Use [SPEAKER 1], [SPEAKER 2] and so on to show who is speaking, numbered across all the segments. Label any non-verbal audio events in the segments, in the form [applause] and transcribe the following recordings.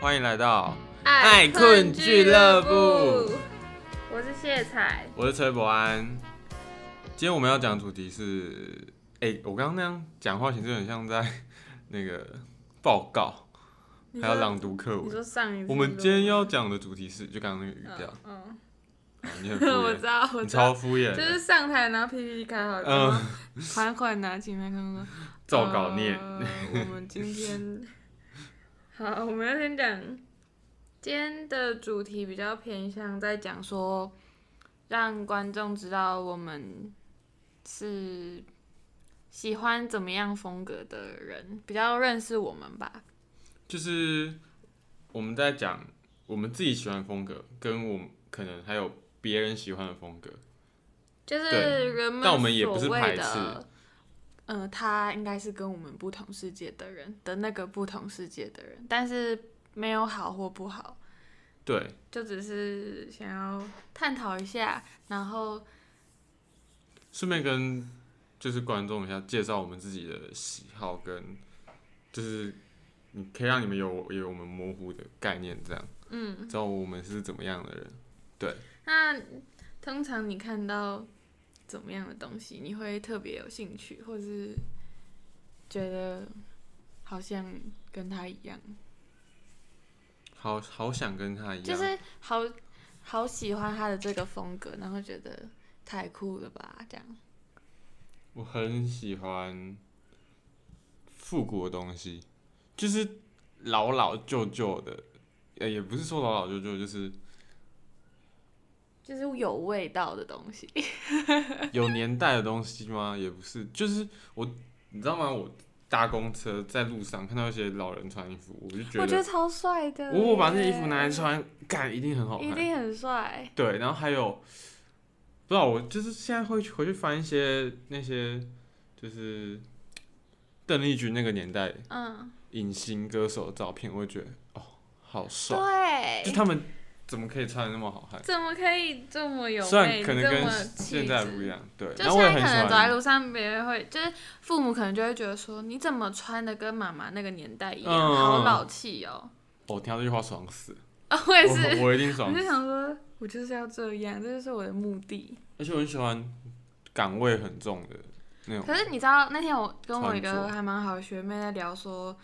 [SPEAKER 1] 欢迎来到，
[SPEAKER 2] 爱
[SPEAKER 1] 困俱乐部，
[SPEAKER 2] 我是谢彩，
[SPEAKER 1] 我是崔博安。今天我们要讲的主题是，哎、我刚刚那样讲话，其实很像在那个报告，还要朗读课
[SPEAKER 2] 你
[SPEAKER 1] 文。
[SPEAKER 2] 说上一次
[SPEAKER 1] 我们今天要讲的主题是，就刚刚那个语
[SPEAKER 2] 嗯
[SPEAKER 1] 调，
[SPEAKER 2] 嗯，
[SPEAKER 1] 好你很敷
[SPEAKER 2] [laughs] 我知
[SPEAKER 1] 衍，
[SPEAKER 2] 道，我
[SPEAKER 1] 你
[SPEAKER 2] 知道
[SPEAKER 1] 超，敷衍
[SPEAKER 2] 就
[SPEAKER 1] 的，
[SPEAKER 2] 是上台然后 PPT 开好，
[SPEAKER 1] 嗯
[SPEAKER 2] 然后缓缓拿起麦克风，
[SPEAKER 1] 照稿念。
[SPEAKER 2] 呃我们今
[SPEAKER 1] [laughs]
[SPEAKER 2] 天好，我们要先讲今天的主题比较偏向在讲说，让观众知道我们是喜欢怎么样风格的人，比较认识我们吧。
[SPEAKER 1] 就是我们在讲我们自己喜欢的风格，跟我们可能还有别人喜欢的风格。
[SPEAKER 2] 就是
[SPEAKER 1] 对
[SPEAKER 2] 人们
[SPEAKER 1] 但我们也不是
[SPEAKER 2] 所谓
[SPEAKER 1] 排斥
[SPEAKER 2] 的，呃，他应该是跟我们不同世界的人的那个不同世界的人，但是没有好或不好，
[SPEAKER 1] 对，
[SPEAKER 2] 就只是想要探讨一下，然后
[SPEAKER 1] 顺便跟就是观众一下介绍我们自己的喜好跟，就是你可以让你们有有我们模糊的概念，这样
[SPEAKER 2] 嗯，
[SPEAKER 1] 知道我们是怎么样的人。
[SPEAKER 2] 那通常你看到怎么样的东西，你会特别有兴趣，或是觉得好像跟他一样，
[SPEAKER 1] 好好想跟他一样，
[SPEAKER 2] 就是好好喜欢他的这个风格，然后觉得太酷了吧，这样。
[SPEAKER 1] 我很喜欢复古的东西，就是老老旧旧的，呃，也不是说老老旧旧，就是
[SPEAKER 2] 就是有味道的东西。
[SPEAKER 1] 有年代的东西吗？ [laughs] 也不是，就是我，你知道吗？我搭公车在路上看到一些老人穿衣服，我就觉
[SPEAKER 2] 我
[SPEAKER 1] 得
[SPEAKER 2] 觉得超帅的。
[SPEAKER 1] 我我把这衣服拿来，穿，干一定很好
[SPEAKER 2] 一
[SPEAKER 1] 看。
[SPEAKER 2] 定很帅。
[SPEAKER 1] 对，然后还有，不知道我就是现在会去回去翻一些那些就是邓丽君那个年代
[SPEAKER 2] 嗯，
[SPEAKER 1] 影星歌手的照片，我会觉得哦，好帅，就
[SPEAKER 2] 对，
[SPEAKER 1] 他们怎么可以穿的那么好看？
[SPEAKER 2] 怎么可以这么有
[SPEAKER 1] 虽
[SPEAKER 2] 魅
[SPEAKER 1] 然
[SPEAKER 2] 力，
[SPEAKER 1] 可能
[SPEAKER 2] 这
[SPEAKER 1] 跟
[SPEAKER 2] 么
[SPEAKER 1] 现在不一
[SPEAKER 2] 样。
[SPEAKER 1] 样，对，
[SPEAKER 2] 就
[SPEAKER 1] 然后我也
[SPEAKER 2] 现在
[SPEAKER 1] 很
[SPEAKER 2] 可
[SPEAKER 1] 喜
[SPEAKER 2] 能走在
[SPEAKER 1] 欢，
[SPEAKER 2] 路上，别人会就是父母可能就会觉得说，你怎么穿的跟妈妈那个年代一样，
[SPEAKER 1] 嗯
[SPEAKER 2] 好老气哦。 [laughs]
[SPEAKER 1] 我听到这句话爽死，
[SPEAKER 2] 啊，我也是，
[SPEAKER 1] 我我一定
[SPEAKER 2] 我
[SPEAKER 1] 爽
[SPEAKER 2] [laughs] 就
[SPEAKER 1] 死，
[SPEAKER 2] 想说，我就是要这样，这就是我的目的。
[SPEAKER 1] 而且我很喜欢岗位很重的那种，
[SPEAKER 2] 可是你知道那天我跟我一
[SPEAKER 1] 穿
[SPEAKER 2] 个
[SPEAKER 1] 着
[SPEAKER 2] 还蛮好的学妹在聊说，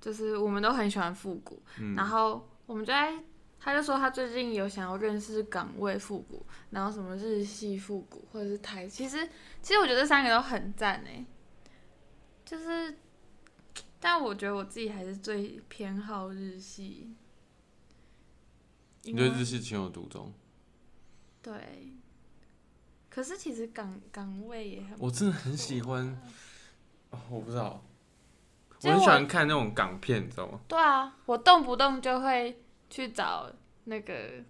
[SPEAKER 2] 就是我们都很喜欢复古，
[SPEAKER 1] 嗯
[SPEAKER 2] 然后我们就在，她就说她最近有想要认识港味复古，然后什么日系复古或者是台，其实其实我觉得这三个都很赞诶，就是，但我觉得我自己还是最偏好日系，
[SPEAKER 1] 你
[SPEAKER 2] 因
[SPEAKER 1] 对
[SPEAKER 2] 为
[SPEAKER 1] 日系情有独钟。
[SPEAKER 2] 对。可是其实港港味也很
[SPEAKER 1] 我真的很喜欢，哦我不知道，
[SPEAKER 2] 其
[SPEAKER 1] 我很
[SPEAKER 2] 实
[SPEAKER 1] 喜
[SPEAKER 2] 我
[SPEAKER 1] 欢看那种港片，你知道吗？
[SPEAKER 2] 对啊，我动不动就会去找那个，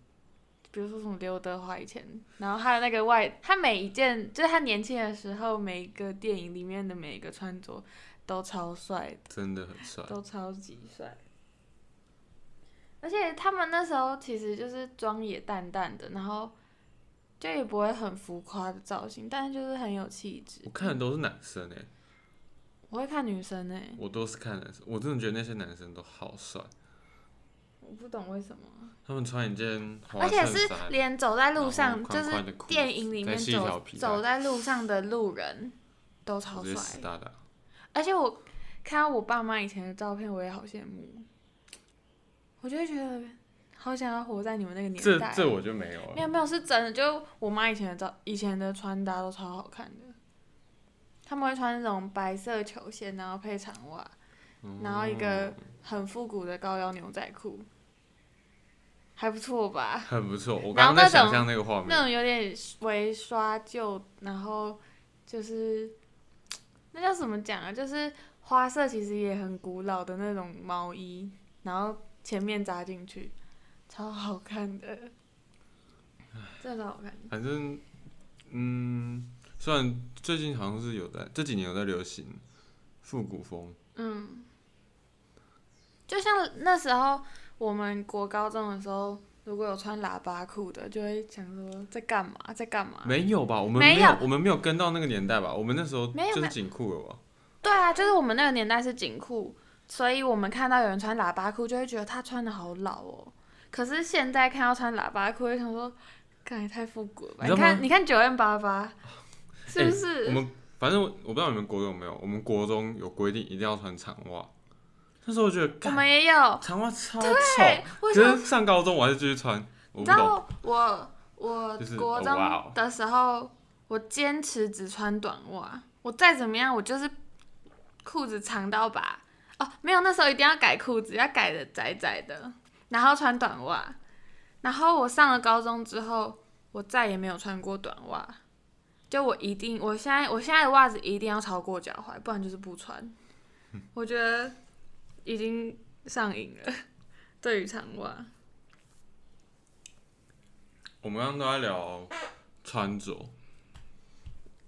[SPEAKER 2] 比如说什么刘德华以前，然后还有那个外，他每一件就是他年轻的时候，每一个电影里面的每一个穿着都超帅，
[SPEAKER 1] 真的很帅，
[SPEAKER 2] 都超级帅。而且他们那时候其实就是妆也淡淡的，然后就也不会很浮夸的造型，但是就是很有气质
[SPEAKER 1] 我。看的都是男生哎、
[SPEAKER 2] 我会看女生欸呢、
[SPEAKER 1] 我都是看男生，我真的觉得那些男生都好帅，
[SPEAKER 2] 我不懂为什么。
[SPEAKER 1] 他们穿一件花
[SPEAKER 2] 而且
[SPEAKER 1] 衬
[SPEAKER 2] 是
[SPEAKER 1] 衫，
[SPEAKER 2] 连走在路
[SPEAKER 1] 然
[SPEAKER 2] 上，
[SPEAKER 1] 后
[SPEAKER 2] 就
[SPEAKER 1] 宽
[SPEAKER 2] 是
[SPEAKER 1] 宽的裤子
[SPEAKER 2] 电影里
[SPEAKER 1] 再
[SPEAKER 2] 面
[SPEAKER 1] 系一条
[SPEAKER 2] 走
[SPEAKER 1] 皮带
[SPEAKER 2] 走在路上的路人都
[SPEAKER 1] 我
[SPEAKER 2] 超
[SPEAKER 1] 直接死
[SPEAKER 2] 帅。
[SPEAKER 1] 大大。
[SPEAKER 2] 而且我看到我爸妈以前的照片，我也好羡慕，哦我就会觉得好想要活在你们那个
[SPEAKER 1] 这
[SPEAKER 2] 年代。
[SPEAKER 1] 这我就没有
[SPEAKER 2] 没
[SPEAKER 1] 了，
[SPEAKER 2] 有没有是真的，就我妈以前的照，以前的穿搭都超好看的。他们会穿那种白色球鞋，然后配长袜，
[SPEAKER 1] 哦嗯
[SPEAKER 2] 然后一个很复古的高腰牛仔裤，还不错吧？
[SPEAKER 1] 很不错。我
[SPEAKER 2] 然
[SPEAKER 1] 刚
[SPEAKER 2] 后
[SPEAKER 1] 刚在
[SPEAKER 2] 那
[SPEAKER 1] 想
[SPEAKER 2] 种
[SPEAKER 1] 象那个画面
[SPEAKER 2] 那，种有点微刷旧，然后就是那叫什么讲啊？就是花色其实也很古老的那种毛衣，然后前面扎进去，超好看的，真的超好看。
[SPEAKER 1] 反正嗯，虽然最近好像是有在这几年有在流行复古风，
[SPEAKER 2] 嗯，就像那时候我们国高中的时候，如果有穿喇叭裤的，就会想说在干嘛，在干嘛。
[SPEAKER 1] 没有吧？我们
[SPEAKER 2] 啊没
[SPEAKER 1] 没
[SPEAKER 2] 有
[SPEAKER 1] 我们没有跟到那个年代吧？我们那时候
[SPEAKER 2] 没有
[SPEAKER 1] 就
[SPEAKER 2] 没
[SPEAKER 1] 是
[SPEAKER 2] 有
[SPEAKER 1] 紧裤了吧？
[SPEAKER 2] 对啊，就是我们那个年代是紧裤，所以我们看到有人穿喇叭裤，就会觉得他穿的好老哦。可是现在看到穿喇叭裤，就想说，感觉太复古了吧？
[SPEAKER 1] 你知道
[SPEAKER 2] 你
[SPEAKER 1] 吗哎
[SPEAKER 2] 看，你看九 M 八八，是不
[SPEAKER 1] 我
[SPEAKER 2] 是？
[SPEAKER 1] 们反正我我不知道你们国中有没有，我们国中有规定一定要穿长袜。那时候我觉得，
[SPEAKER 2] 我
[SPEAKER 1] 干
[SPEAKER 2] 们也有。
[SPEAKER 1] 长袜超
[SPEAKER 2] 对
[SPEAKER 1] 丑，，
[SPEAKER 2] 为什么
[SPEAKER 1] 可是上高中我还是继续穿，我
[SPEAKER 2] 你
[SPEAKER 1] 不
[SPEAKER 2] 知
[SPEAKER 1] 懂。
[SPEAKER 2] 道我我
[SPEAKER 1] 就是
[SPEAKER 2] 国
[SPEAKER 1] 哇
[SPEAKER 2] 中
[SPEAKER 1] 哦
[SPEAKER 2] 的时候，我坚持只穿短袜。我再怎么样，我就是裤子长到把哦，没有那时候一定要改裤子，要改的窄窄的，然后穿短袜。然后我上了高中之后，我再也没有穿过短袜。就我一定，我现在我现在的袜子一定要超过脚踝，不然就是不穿。我觉得已经上瘾了，对于长袜。
[SPEAKER 1] 我们刚刚都在聊穿着，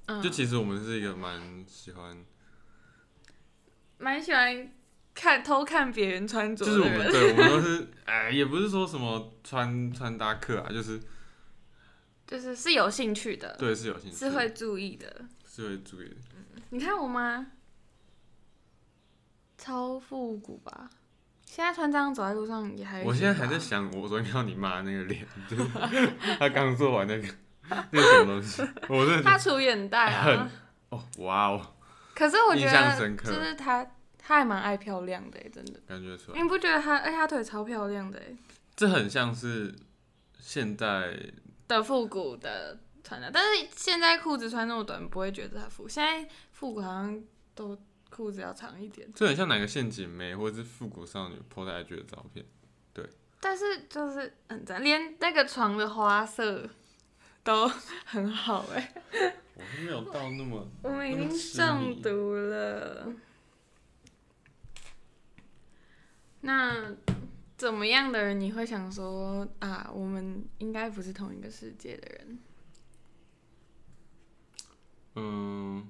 [SPEAKER 2] 嗯
[SPEAKER 1] 就其实我们是一个蛮喜欢，
[SPEAKER 2] 蛮喜欢看偷看别人穿着
[SPEAKER 1] 就是我
[SPEAKER 2] 的
[SPEAKER 1] 们
[SPEAKER 2] 人，
[SPEAKER 1] 对我们都是， [laughs] 哎，也不是说什么穿穿搭课啊，就是
[SPEAKER 2] 就是是有兴趣的，
[SPEAKER 1] 对是有兴趣，
[SPEAKER 2] 是会注意的。
[SPEAKER 1] 是会注意的。
[SPEAKER 2] 你看我妈，超复古吧？现在穿这样走在路上也还有一
[SPEAKER 1] 我
[SPEAKER 2] 点
[SPEAKER 1] 现在还在
[SPEAKER 2] 吧
[SPEAKER 1] 想，我昨天看到你妈那个脸，就是她刚做完那个那个什么东西，我真的觉得
[SPEAKER 2] 她除眼袋啊
[SPEAKER 1] [laughs] 很，哦，哇哦，
[SPEAKER 2] 可是我觉
[SPEAKER 1] 印象
[SPEAKER 2] 得
[SPEAKER 1] 深刻
[SPEAKER 2] 就是她，她还蛮爱漂亮的、欸，真的。
[SPEAKER 1] 感觉出来，
[SPEAKER 2] 你不觉得她？哎、她腿超漂亮的、欸，
[SPEAKER 1] 这很像是现代
[SPEAKER 2] 的复古的穿搭，但是现在裤子穿那么短，不会觉得她复古。现在复古好像都裤子要长一点。
[SPEAKER 1] 这很像哪个陷阱妹或者是复古少女 po 在 IG 的照片，
[SPEAKER 2] 但是就是很赞，连那个床的花色都很好哎、
[SPEAKER 1] 我是没有到那么，
[SPEAKER 2] [laughs] 我们已
[SPEAKER 1] 那么
[SPEAKER 2] 经
[SPEAKER 1] 痴迷
[SPEAKER 2] 中毒了。那怎么样的人你会想说啊，我们应该不是同一个世界的人？
[SPEAKER 1] 嗯，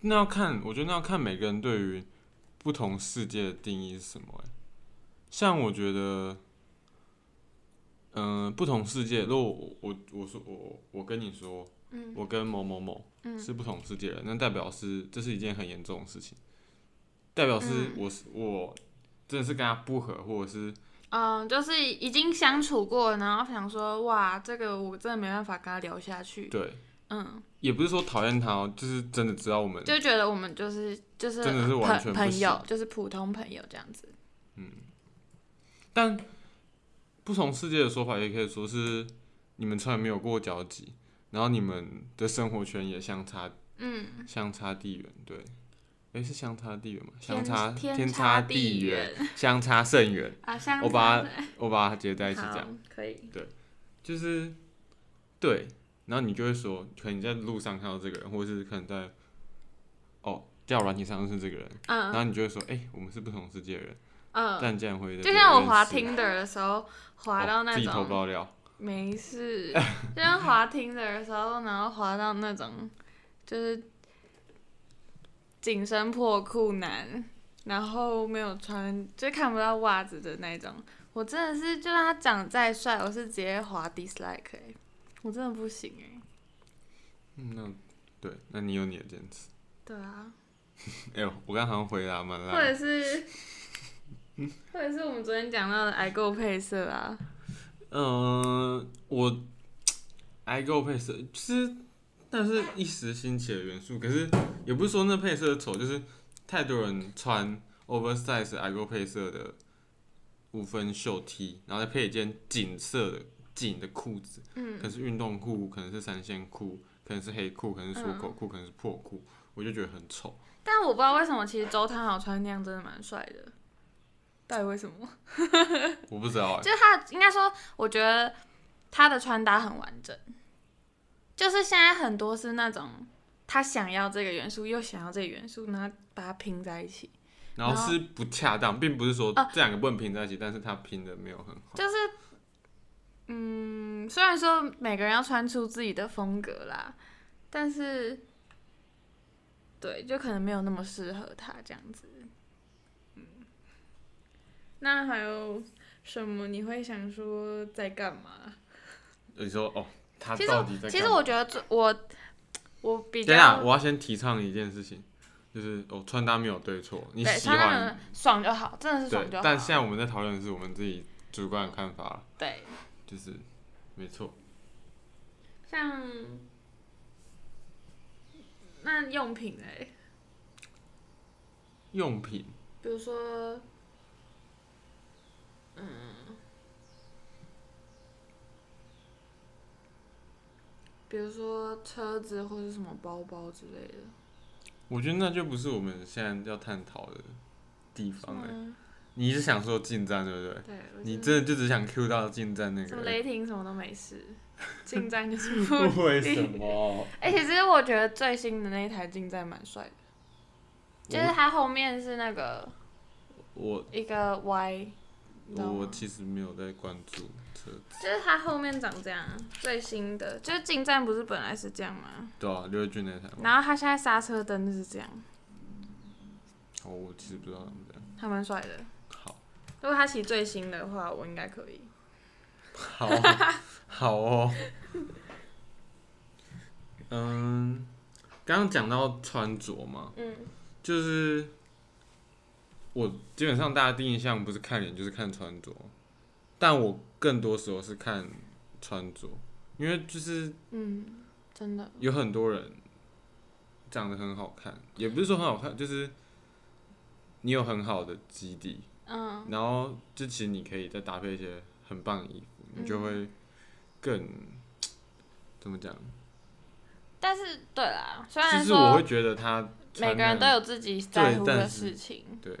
[SPEAKER 1] 那要看，我觉得那要看每个人对于不同世界的定义是什么、欸。像我觉得，嗯、不同世界，如果我我我说我我跟你说，
[SPEAKER 2] 嗯
[SPEAKER 1] 我跟某某某
[SPEAKER 2] 嗯
[SPEAKER 1] 是不同世界人，那代表是这是一件很严重的事情，代表是
[SPEAKER 2] 嗯
[SPEAKER 1] 我是、我真的是跟他不合，或者是
[SPEAKER 2] 嗯，就是已经相处过，然后想说哇，这个我真的没办法跟他聊下去。
[SPEAKER 1] 对，
[SPEAKER 2] 嗯，
[SPEAKER 1] 也不是说讨厌他哦，就是真的知道我们
[SPEAKER 2] 就觉得我们就是就是
[SPEAKER 1] 真的是完全
[SPEAKER 2] 朋
[SPEAKER 1] 不行
[SPEAKER 2] 朋友，就是普通朋友这样子。
[SPEAKER 1] 但不同世界的说法也可以说是你们从来没有过交集，然后你们的生活圈也相差
[SPEAKER 2] 嗯。
[SPEAKER 1] 相差地远，对，诶，是相差地远吗？相
[SPEAKER 2] 天
[SPEAKER 1] 差
[SPEAKER 2] 天
[SPEAKER 1] 差
[SPEAKER 2] 差地
[SPEAKER 1] 远
[SPEAKER 2] 远，
[SPEAKER 1] 相差甚远。
[SPEAKER 2] 啊，像
[SPEAKER 1] 我把它我把它结在一起讲，
[SPEAKER 2] 好，可以，
[SPEAKER 1] 就是对，然后你就会说，可能你在路上看到这个人，或者是可能在哦叫软体上认识这个人，然
[SPEAKER 2] 嗯
[SPEAKER 1] 后你就会说，诶，我们是不同世界的人，
[SPEAKER 2] 嗯，
[SPEAKER 1] 但你竟然会在
[SPEAKER 2] 就
[SPEAKER 1] 这
[SPEAKER 2] 像
[SPEAKER 1] 边
[SPEAKER 2] 我滑
[SPEAKER 1] 认识
[SPEAKER 2] Tinder 的时候，滑
[SPEAKER 1] 哦
[SPEAKER 2] 到那
[SPEAKER 1] 自己投
[SPEAKER 2] 种
[SPEAKER 1] 爆料，[laughs]
[SPEAKER 2] 没事，就像滑 Tinder 的时候，然后滑到那种就是紧身破裤男，然后没有穿，就看不到袜子的那种，我真的是，就算他长得再帅，我是直接滑 dislike，、欸、我真的不行哎、
[SPEAKER 1] 嗯，那对，那你有你的坚持。 [laughs]
[SPEAKER 2] 对啊。
[SPEAKER 1] 哎呦，我刚好像回答蛮
[SPEAKER 2] 或
[SPEAKER 1] 烂
[SPEAKER 2] 者
[SPEAKER 1] 的。
[SPEAKER 2] 是，或者是我们昨天讲到的癌购配色啊，
[SPEAKER 1] 嗯、我 I go 配色，就是那是一时兴起的元素，可是也不是说那配色丑，就是太多人穿 oversize I go 配色的五分袖 T，然后再配一件紧色的紧的裤子，
[SPEAKER 2] 嗯
[SPEAKER 1] 可能是运动裤，可能是三线裤，可能是黑裤，可能是
[SPEAKER 2] 嗯
[SPEAKER 1] 锁口裤，可能是破裤，我就觉得很丑。
[SPEAKER 2] 但我不知道为什么，其实周汤豪穿那样真的蛮帅的，到底为什么？
[SPEAKER 1] 我不知道哎、
[SPEAKER 2] 就是他应该说，我觉得他的穿搭很完整，就是现在很多是那种他想要这个元素又想要这个元素，然后把它拼在一起，
[SPEAKER 1] 然后是不恰当，并不是说
[SPEAKER 2] 啊
[SPEAKER 1] 这两个不能拼在一起，但是他拼的没有很好。
[SPEAKER 2] 就是。嗯，虽然说每个人要穿出自己的风格啦，但是，对，就可能没有那么适合他这样子。嗯，那还有什么你会想说在干嘛？
[SPEAKER 1] 你说哦，他
[SPEAKER 2] 其实
[SPEAKER 1] 到底在干嘛啊
[SPEAKER 2] 其实我觉得最我我比
[SPEAKER 1] 等一下，
[SPEAKER 2] 较
[SPEAKER 1] 我要先提倡一件事情，就是哦，穿搭没有对错，你
[SPEAKER 2] 对，
[SPEAKER 1] 喜
[SPEAKER 2] 穿那种
[SPEAKER 1] 欢
[SPEAKER 2] 爽就好，真的是
[SPEAKER 1] 对
[SPEAKER 2] 爽就好。。
[SPEAKER 1] 但现在我们在讨论的是我们自己主观的看法了，
[SPEAKER 2] 对，
[SPEAKER 1] 就是没错。
[SPEAKER 2] 像那用品哎、
[SPEAKER 1] 用品
[SPEAKER 2] 比如说，嗯，比如说车子或是什么包包之类的。
[SPEAKER 1] 我觉得那就不是我们现在要探讨的地方了、
[SPEAKER 2] 嗯，
[SPEAKER 1] 你是想说进站对不对？
[SPEAKER 2] 对，我
[SPEAKER 1] 你
[SPEAKER 2] 真
[SPEAKER 1] 真的就只想 Q 到进站那
[SPEAKER 2] 的什
[SPEAKER 1] 个
[SPEAKER 2] 么
[SPEAKER 1] 人？
[SPEAKER 2] 雷霆什么都没事，进站就是不。
[SPEAKER 1] [laughs] 为什么？
[SPEAKER 2] 哎、其实我觉得最新的那一台进站蛮帅的，就是它后面是那个
[SPEAKER 1] 我
[SPEAKER 2] 一个 Y，你知
[SPEAKER 1] 我
[SPEAKER 2] 道
[SPEAKER 1] 我
[SPEAKER 2] 吗？
[SPEAKER 1] 其实没有在关注车子，
[SPEAKER 2] 就是它后面长这样，最新的就是进站不是本来是这样吗？
[SPEAKER 1] 对啊，刘俊那台吗，
[SPEAKER 2] 然后它现在刹车灯就是这样，
[SPEAKER 1] 哦，我其实不知道他们这样。
[SPEAKER 2] 还蛮帅的。
[SPEAKER 1] 好，
[SPEAKER 2] 如果它骑最新的话，我应该可以。
[SPEAKER 1] 好，好哦。嗯，刚刚讲到穿着嘛，
[SPEAKER 2] 嗯，
[SPEAKER 1] 就是我基本上大家第一印象不是看脸就是看穿着，但我更多时候是看穿着，因为就是
[SPEAKER 2] 嗯，真的，
[SPEAKER 1] 有很多人长得很好看，也不是说很好看，就是你有很好的基底，
[SPEAKER 2] 嗯，
[SPEAKER 1] 然后就其实你可以再搭配一些很棒的衣服，你就
[SPEAKER 2] 嗯
[SPEAKER 1] 会更、怎么讲？
[SPEAKER 2] 但是对啦，虽
[SPEAKER 1] 就
[SPEAKER 2] 然
[SPEAKER 1] 是我
[SPEAKER 2] 说
[SPEAKER 1] 会觉得他
[SPEAKER 2] 每个人都有自己在乎的事情，
[SPEAKER 1] 对，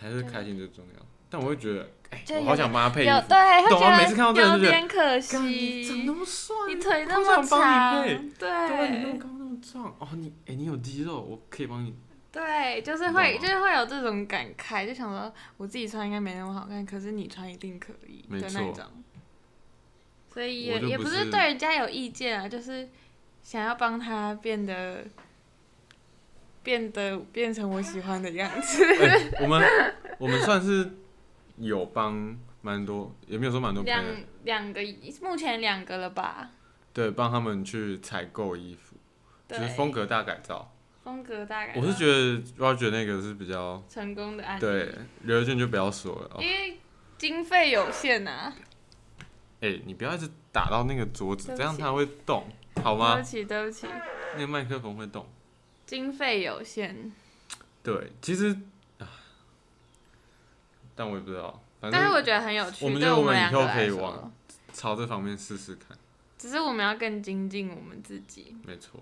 [SPEAKER 1] 还是开心最重要。但我会觉得，哎、
[SPEAKER 2] 就
[SPEAKER 1] 我好想帮他
[SPEAKER 2] 有
[SPEAKER 1] 配衣服，
[SPEAKER 2] 对，会
[SPEAKER 1] 懂吗
[SPEAKER 2] 觉
[SPEAKER 1] 每次看到这
[SPEAKER 2] 得
[SPEAKER 1] 个
[SPEAKER 2] 有
[SPEAKER 1] 就觉得
[SPEAKER 2] 点可
[SPEAKER 1] 干你长
[SPEAKER 2] 惜
[SPEAKER 1] 那。么帅，
[SPEAKER 2] 你腿那
[SPEAKER 1] 好
[SPEAKER 2] 么
[SPEAKER 1] 想帮
[SPEAKER 2] 长
[SPEAKER 1] 你配，，对，啊你那么
[SPEAKER 2] 对
[SPEAKER 1] 高那么壮，哦，你哎、你有肌肉，我可以帮你。
[SPEAKER 2] 对，就是
[SPEAKER 1] 你
[SPEAKER 2] 会
[SPEAKER 1] 懂
[SPEAKER 2] 就是会有这种感慨，就想说我自己穿应该没那么好看，可是你穿一定可以
[SPEAKER 1] 没
[SPEAKER 2] 的那
[SPEAKER 1] 错
[SPEAKER 2] 种。所以
[SPEAKER 1] 我
[SPEAKER 2] 也
[SPEAKER 1] 就
[SPEAKER 2] 也
[SPEAKER 1] 不
[SPEAKER 2] 不是
[SPEAKER 1] 是
[SPEAKER 2] 对人家有意见啊，就是想要帮他变得变得变成我喜欢的样子。
[SPEAKER 1] [laughs] 哎我们我们算是有帮蛮多，也没有说蛮多朋
[SPEAKER 2] [laughs] 两
[SPEAKER 1] 友，
[SPEAKER 2] 两个，目前两个了吧？
[SPEAKER 1] 对，帮他们去采购衣服，就
[SPEAKER 2] 对，
[SPEAKER 1] 是风格大改造。
[SPEAKER 2] 风格大概
[SPEAKER 1] 我是觉得 Roger 那个是比较
[SPEAKER 2] 得成功的案例，
[SPEAKER 1] 对，刘俊就不要说了。哦
[SPEAKER 2] 因为经费有限啊呐、
[SPEAKER 1] 哎、你不要一直打到那个桌子
[SPEAKER 2] 对，不
[SPEAKER 1] 这样
[SPEAKER 2] 起
[SPEAKER 1] 它会动，好
[SPEAKER 2] 对
[SPEAKER 1] 吗
[SPEAKER 2] 不？起，对不起，
[SPEAKER 1] 那个麦克风会动。
[SPEAKER 2] 经费有限。
[SPEAKER 1] 对，其实，啊但我也不知道，反
[SPEAKER 2] 但是
[SPEAKER 1] 正
[SPEAKER 2] 我觉得很有趣，
[SPEAKER 1] 我们觉
[SPEAKER 2] 对
[SPEAKER 1] 得
[SPEAKER 2] 我
[SPEAKER 1] 我们以
[SPEAKER 2] 两个
[SPEAKER 1] 后
[SPEAKER 2] 来
[SPEAKER 1] 可以
[SPEAKER 2] 说
[SPEAKER 1] 往朝这方面试试看，
[SPEAKER 2] 只是我们要更精进我们自己。
[SPEAKER 1] 没错。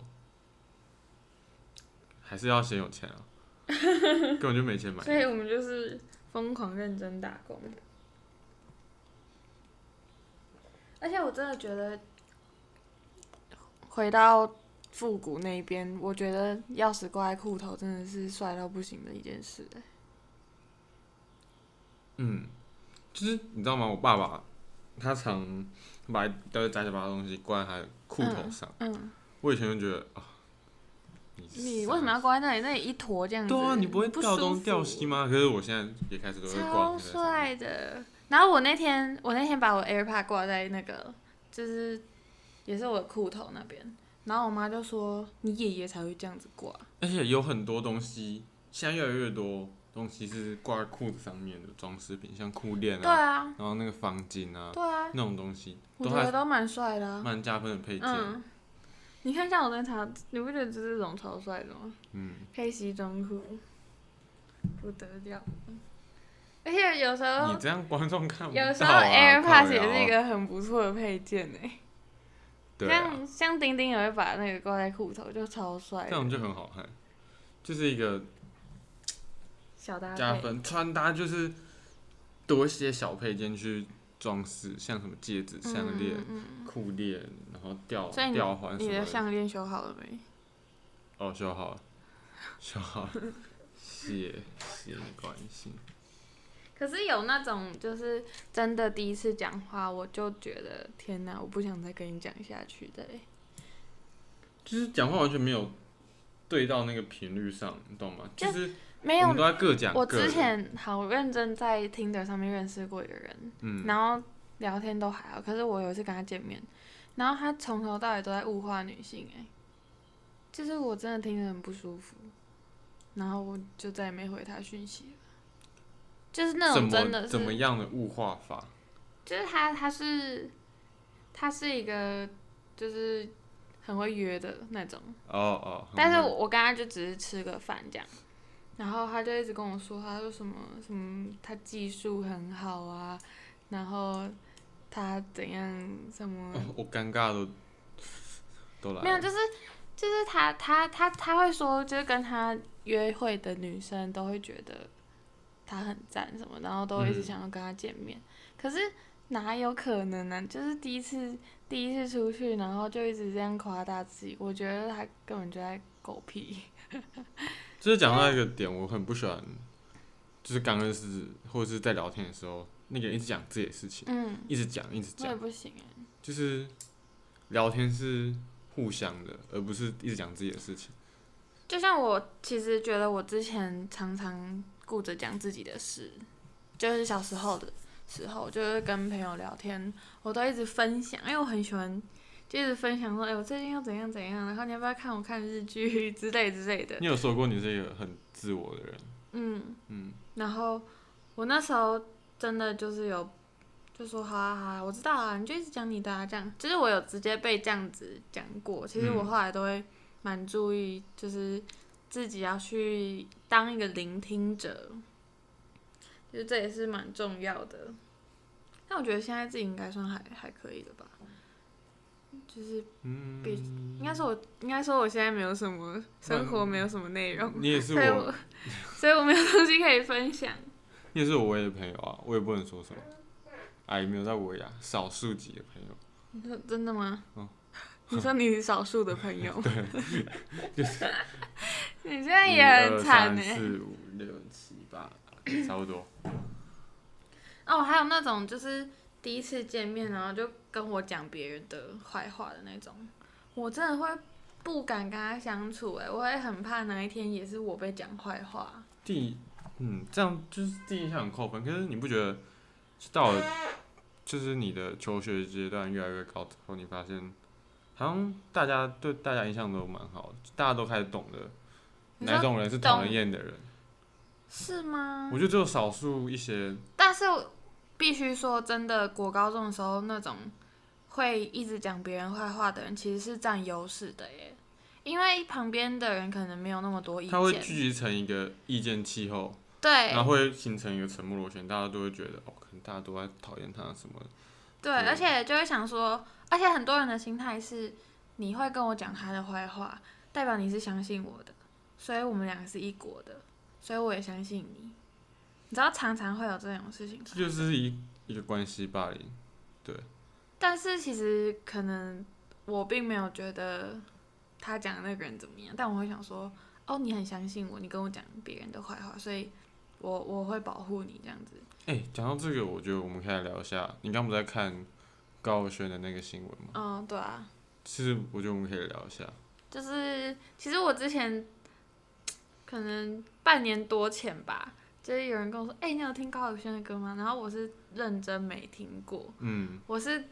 [SPEAKER 1] 还是要先有钱啊，根本就没钱买衣服。
[SPEAKER 2] [laughs] 所以我们就是疯狂认真打工。而且我真的觉得，回到复古那边，我觉得钥匙挂在裤头真的是帅到不行的一件事。
[SPEAKER 1] 嗯，就是你知道吗？我爸爸他常把都杂七八糟的东西挂在他的裤头上。
[SPEAKER 2] 嗯，
[SPEAKER 1] 我以前就觉得啊，你
[SPEAKER 2] 你
[SPEAKER 1] 傻
[SPEAKER 2] 为什么要挂在那里？那里一坨这样子，
[SPEAKER 1] 啊对啊，你不会掉
[SPEAKER 2] 舒
[SPEAKER 1] 东
[SPEAKER 2] 服
[SPEAKER 1] 掉西吗？可是我现在也开始都会挂
[SPEAKER 2] 超
[SPEAKER 1] 在上面。
[SPEAKER 2] 帅的。然后我那天，我那天把我 AirPod 挂在那个，就是也是我的裤头那边。然后我妈就说：“你爷爷才会这样子挂。
[SPEAKER 1] 而且有很多东西，现在越来越多东西是挂在裤子上面的装饰品，像裤链
[SPEAKER 2] 对
[SPEAKER 1] 啊，
[SPEAKER 2] 啊，
[SPEAKER 1] 然后那个方巾啊，
[SPEAKER 2] 对啊，
[SPEAKER 1] 那种东西
[SPEAKER 2] 我
[SPEAKER 1] 都
[SPEAKER 2] 觉得
[SPEAKER 1] 还
[SPEAKER 2] 都蛮帅的、啊。
[SPEAKER 1] 蛮加分的配件。
[SPEAKER 2] 嗯，你看像我那条，你不觉得这是种超帅的吗？
[SPEAKER 1] 嗯，
[SPEAKER 2] 黑西装裤，不得了。而且有时候
[SPEAKER 1] 你这样观众看不到、啊。
[SPEAKER 2] 呃有时候
[SPEAKER 1] 靠
[SPEAKER 2] AirPods 也
[SPEAKER 1] 腰
[SPEAKER 2] 是一个很不错的配件呢、
[SPEAKER 1] 对啊啊
[SPEAKER 2] 像像丁丁也会把那个挂在裤头，就超帅的
[SPEAKER 1] 这，样就很好看，就是一个
[SPEAKER 2] 小搭
[SPEAKER 1] 加
[SPEAKER 2] 配。
[SPEAKER 1] 分。穿搭就是多一些小配件去装饰，像什么戒指、项链、
[SPEAKER 2] 嗯嗯嗯
[SPEAKER 1] 裤链，然后吊
[SPEAKER 2] 所以
[SPEAKER 1] 吊环什
[SPEAKER 2] 你的
[SPEAKER 1] 么
[SPEAKER 2] 项链修好了没？
[SPEAKER 1] 哦，修好了， [laughs] 修好了，谢谢你关心。
[SPEAKER 2] 可是有那种就是真的第一次讲话，我就觉得天哪，我不想再跟你讲下去的欸嘞。
[SPEAKER 1] 就是讲话完全没有对到那个频率上，你懂吗？
[SPEAKER 2] 就
[SPEAKER 1] 就是
[SPEAKER 2] 没
[SPEAKER 1] 我
[SPEAKER 2] 有
[SPEAKER 1] 们都，在各讲
[SPEAKER 2] 我
[SPEAKER 1] 各的。
[SPEAKER 2] 之前好认真在 Tinder 上面认识过一个人，
[SPEAKER 1] 嗯，
[SPEAKER 2] 然后聊天都还好。可是我有一次跟他见面，然后他从头到尾都在物化女性、欸，哎，就是我真的听得很不舒服。然后我就再也没回他讯息了。就是那
[SPEAKER 1] 怎
[SPEAKER 2] 种
[SPEAKER 1] 么
[SPEAKER 2] 真的
[SPEAKER 1] 怎么
[SPEAKER 2] 是，
[SPEAKER 1] 样的物化法？
[SPEAKER 2] 就是他他是他是一个就是很会约的那种，
[SPEAKER 1] 哦哦，
[SPEAKER 2] 但是
[SPEAKER 1] 嗯
[SPEAKER 2] 我我跟他就只是吃个饭这样，然后他就一直跟我说，他说什么什么他技术很好啊，然后他怎样什么，
[SPEAKER 1] 哦我尴尬都都来了，
[SPEAKER 2] 没有就是就是他他他他会说，就是跟他约会的女生都会觉得他很赞什么，然后都会一直
[SPEAKER 1] 嗯
[SPEAKER 2] 想要跟他见面，可是哪有可能呢、就是第一次第一次出去，然后就一直这样夸大自己，我觉得他根本就在狗屁。
[SPEAKER 1] 就是讲到一个点，我很不喜欢，就是刚认识或者是在聊天的时候，那个人一直讲自己的事情，
[SPEAKER 2] 嗯，
[SPEAKER 1] 一直讲一直
[SPEAKER 2] 我也
[SPEAKER 1] 讲，
[SPEAKER 2] 不行哎、
[SPEAKER 1] 就是聊天是互相的，而不是一直讲自己的事情。
[SPEAKER 2] 就像我其实觉得我之前常常顾着讲自己的事，就是小时候的时候，就是跟朋友聊天，我都一直分享，因为我很喜欢。就一直分享说，哎、我最近又怎样怎样，然后你要不要看我看日剧 [laughs] 之类之类的，
[SPEAKER 1] 你有说过你是一个很自我的人，
[SPEAKER 2] 嗯，
[SPEAKER 1] 嗯，
[SPEAKER 2] 然后我那时候真的就是有就说，好啊好啊，我知道啊，你就一直讲你的啊，这样，就是我有直接被这样子讲过。其实我
[SPEAKER 1] 嗯
[SPEAKER 2] 后来都会蛮注意，就是自己要去当一个聆听者，就是这也是蛮重要的。但我觉得现在自己应该算还还可以了吧，就是比
[SPEAKER 1] 嗯
[SPEAKER 2] 应该说我应该说我现在没有什么生活，
[SPEAKER 1] 蛮
[SPEAKER 2] 没有什么内容，
[SPEAKER 1] 你也嗯是
[SPEAKER 2] [laughs] 所以
[SPEAKER 1] 我，
[SPEAKER 2] 我所以我没有东西可以分享。
[SPEAKER 1] 你也是我唯一的朋友啊，我也不能说什么。哎，没有在我呀，少数几的朋友，
[SPEAKER 2] 你说 [laughs] 真的吗？
[SPEAKER 1] 嗯
[SPEAKER 2] 你说你是少数的
[SPEAKER 1] [laughs]
[SPEAKER 2] 朋友，
[SPEAKER 1] 就是
[SPEAKER 2] [laughs] 你现在也很惨呢、欸
[SPEAKER 1] 一二三四五六七八，差不多。
[SPEAKER 2] 哦，还有那种就是第一次见面，然后就跟我讲别人的坏话的那种，我真的会不敢跟他相处、欸，哎，我会很怕哪一天也是我被讲坏话。
[SPEAKER 1] 第一，嗯，这样就是第一印象很扣分。可是你不觉得，到了就是你的求学阶段越来越高之后，你发现好像大家对大家印象都蛮好的，大家都开始懂得
[SPEAKER 2] 你
[SPEAKER 1] 哪
[SPEAKER 2] 说
[SPEAKER 1] 种人是
[SPEAKER 2] 懂
[SPEAKER 1] 讨人厌的人。
[SPEAKER 2] 是吗
[SPEAKER 1] 我？觉得只有少数一些，
[SPEAKER 2] 但是我必须说真的，国高中的时候那种会一直讲别人坏话的人，其实是占优势的耶，因为旁边的人可能没有那么多意见，
[SPEAKER 1] 他会聚集成一个意见气候，
[SPEAKER 2] 对，
[SPEAKER 1] 然后会形成一个沉默螺旋，大家都会觉得哦，可能大家都在讨厌他什么的。
[SPEAKER 2] 对，
[SPEAKER 1] 对
[SPEAKER 2] 而且就会想说，而且很多人的心态是，你会跟我讲他的坏话，代表你是相信我的，所以我们两个是一国的，所以我也相信你。你知道常常会有这种事情发
[SPEAKER 1] 这
[SPEAKER 2] 生，
[SPEAKER 1] 就是一一个关系霸凌。
[SPEAKER 2] 但是其实可能我并没有觉得他讲的那个人怎么样，但我会想说，哦，你很相信我，你跟我讲别人的坏话，所以我我会保护你这样子。
[SPEAKER 1] 哎、讲到这个，我觉得我们可以来聊一下。你刚不是在看高尔宣的那个新闻吗？
[SPEAKER 2] 嗯，对啊，
[SPEAKER 1] 其实我觉得我们可以聊一下。
[SPEAKER 2] 就是其实我之前可能半年多前吧，就是有人跟我说：“哎、你有听高宇轩的歌吗？”然后我是认真没听过，
[SPEAKER 1] 嗯，
[SPEAKER 2] 我是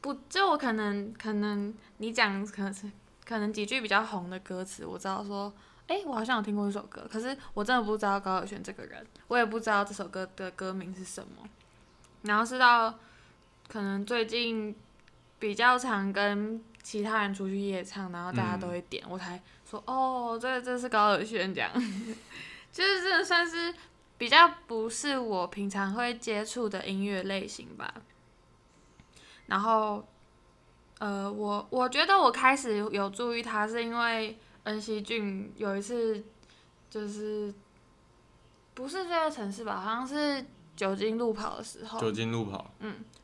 [SPEAKER 2] 不就我可能可能你讲可能是可能几句比较红的歌词，我知道说。哎、我好像有听过这首歌，可是我真的不知道高尔宣这个人，我也不知道这首歌的歌名是什么。然后是到可能最近比较常跟其他人出去夜唱，然后大家都会点，我才说哦，这这是高尔宣这样， [laughs] 就是这算是比较不是我平常会接触的音乐类型吧。然后，呃，我我觉得我开始有注意他，是因为恩熙俊有一次就是不是这个城市吧，好像是酒精路跑的时候，
[SPEAKER 1] 酒精路跑，